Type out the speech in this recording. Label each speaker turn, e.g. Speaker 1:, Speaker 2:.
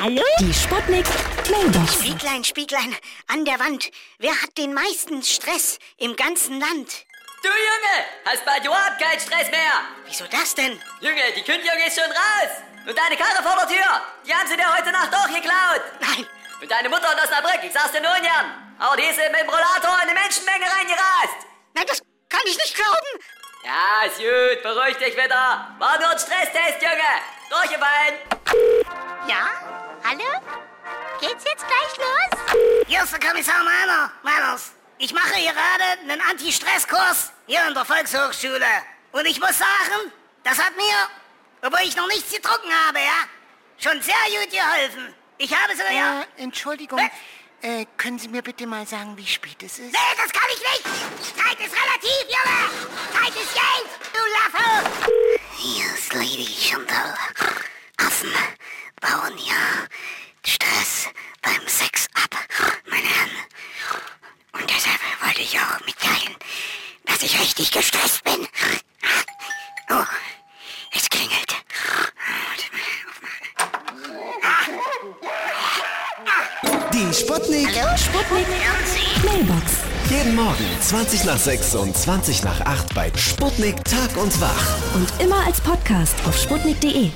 Speaker 1: Hallo?
Speaker 2: Die Sputnik Mailbox.
Speaker 3: Spieglein, Spieglein, an der Wand. Wer hat den meisten Stress im ganzen Land?
Speaker 4: Du Junge, hast bald überhaupt keinen Stress mehr.
Speaker 3: Wieso das denn?
Speaker 4: Junge, die Kündigung ist schon raus. Und deine Karre vor der Tür, die haben sie dir heute Nacht doch geklaut.
Speaker 3: Nein,
Speaker 4: Und deine Mutter in Osnabrück, ich sag's dir nur ungern. Aber die ist eben im Rollator in eine Menschenmenge reingerast.
Speaker 3: nein, das kann ich nicht glauben.
Speaker 4: Ja, ist gut, beruhig dich wieder. War nur ein Stresstest, Junge. Durchgefallen.
Speaker 5: Ja? Hallo? Geht's jetzt gleich los?
Speaker 3: Hier ist der Kommissar Meiner, Meiners. Ich mache hier gerade einen Anti-Stress-Kurs hier in der Volkshochschule. Und ich muss sagen, das hat mir, obwohl ich noch nichts getrunken habe, ja, schon sehr gut geholfen. Ich habe sogar... Ja.
Speaker 5: Äh, Entschuldigung. Äh, können Sie mir bitte mal sagen, wie spät es ist?
Speaker 3: Nee, das kann ich nicht. Zeit ist relativ, Junge. Zeit ist Geld, du Laffe. Hier ist Lady Chantal. Affen bauen ja Stress beim Sex ab, meine Herren. Und deshalb wollte ich auch mitteilen, dass ich richtig gestresst bin. Oh, es klingelt.
Speaker 6: Die Sputnik.
Speaker 2: Sputnik Mailbox.
Speaker 6: Jeden Morgen 20 nach 6 und 20 nach 8 bei Sputnik Tag und Wach.
Speaker 2: Und immer als Podcast auf sputnik.de.